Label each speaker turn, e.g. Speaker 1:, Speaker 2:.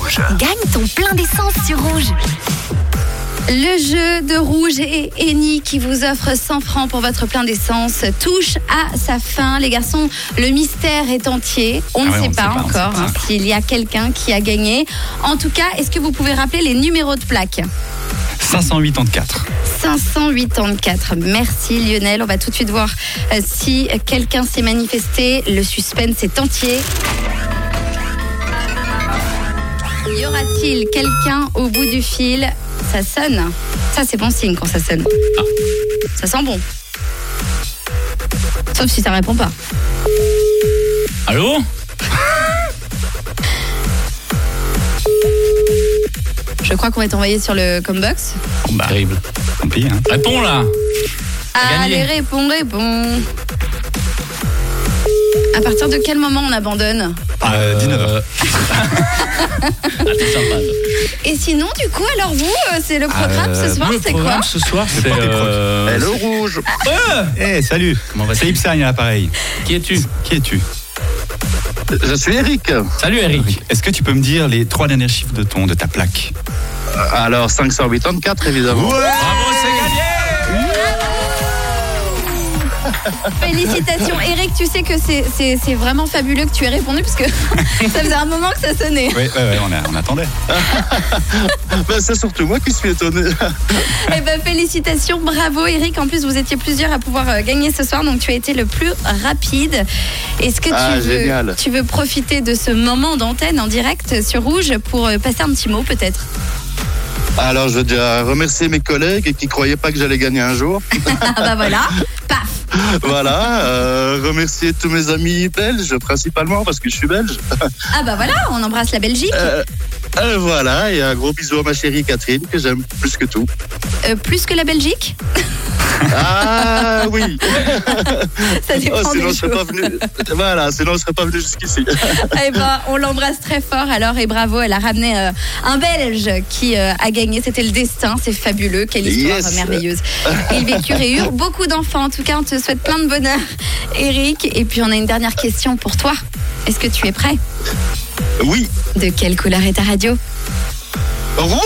Speaker 1: rouge.
Speaker 2: Gagne ton plein d'essence sur rouge. Le jeu de Rouge et Eni qui vous offre 100 francs pour votre plein d'essence touche à sa fin. Les garçons, le mystère est entier. On ne
Speaker 1: Ah ouais,
Speaker 2: sait pas encore
Speaker 1: on ne sait
Speaker 2: hein, s'il y a quelqu'un qui a gagné. En tout cas, est-ce que vous pouvez rappeler les numéros de plaque
Speaker 1: 584.
Speaker 2: 584. Merci Lionel. On va tout de suite voir euh, si quelqu'un s'est manifesté. Le suspense est entier. Y aura-t-il quelqu'un au bout du fil Ça sonne. Ça, c'est bon signe quand ça sonne. Ça sent bon. Sauf si ça répond pas.
Speaker 1: Allô
Speaker 2: Je crois qu'on va être envoyé sur le combox.
Speaker 1: Bon, bah, Terrible. Tant pis. Hein. Réponds là
Speaker 2: Allez,
Speaker 1: gagné.
Speaker 2: réponds, réponds. À partir de quel moment on abandonne
Speaker 1: Euh, 19h.
Speaker 2: Et sinon, du coup, alors vous, euh, c'est le programme ce soir,
Speaker 1: le
Speaker 2: c'est quoi
Speaker 1: programme ce soir, c'est.
Speaker 3: porte des
Speaker 1: euh,
Speaker 3: Hello rouge
Speaker 1: Eh, salut
Speaker 4: Comment vas-tu
Speaker 1: C'est Ipsan à l'appareil.
Speaker 4: Qui es-tu
Speaker 1: Qui es-tu
Speaker 3: Je suis Eric.
Speaker 4: Salut Eric.
Speaker 1: Est-ce que tu peux me dire les trois derniers chiffres de ton, de ta plaque
Speaker 3: Alors 584 évidemment.
Speaker 1: Ah.
Speaker 4: Bravo, c'est gagné
Speaker 2: Félicitations, Eric. Tu sais que c'est- c'est c'est vraiment fabuleux que tu aies répondu parce que ça faisait un moment que ça sonnait.
Speaker 1: Oui, ouais, ouais, Eh, on, a- on attendait.
Speaker 3: Ben, c'est surtout moi qui suis étonné.
Speaker 2: Eh ben, félicitations, bravo, Eric. En plus, vous étiez plusieurs à pouvoir euh, gagner ce soir, donc tu as été le plus rapide. Est-ce que tu,
Speaker 3: Ah,
Speaker 2: veux,
Speaker 3: génial.
Speaker 2: tu veux profiter de ce moment d'antenne en direct sur Rouge pour euh, passer un petit mot peut-être
Speaker 3: Alors je veux déjà remercier mes collègues qui croyaient pas que j'allais gagner un jour.
Speaker 2: Ah bah voilà, paf.
Speaker 3: voilà. euh, remercier tous mes amis belges principalement parce que je suis belge.
Speaker 2: Ah bah voilà, on embrasse la Belgique.
Speaker 3: Euh, euh, voilà et un gros bisou à ma chérie Catherine que j'aime plus que tout.
Speaker 2: Euh, plus que la Belgique,
Speaker 3: Ah oui.
Speaker 2: ça dépend
Speaker 3: Oh, sinon
Speaker 2: des
Speaker 3: je serais
Speaker 2: jours.
Speaker 3: pas venu. Voilà sinon je serais pas venu jusqu'ici.
Speaker 2: Eh ben, on l'embrasse très fort alors et bravo, elle a ramené euh, un Belge qui euh, a gagné, c'était le destin, c'est fabuleux, quelle histoire
Speaker 3: Yes.
Speaker 2: merveilleuse. Ils vécurent et eurent beaucoup d'enfants, en tout cas on te souhaite plein de bonheur Eric. Et puis on a une dernière question pour toi, est-ce que tu es prêt
Speaker 3: Oui.
Speaker 2: De quelle couleur est ta radio
Speaker 3: Rouge.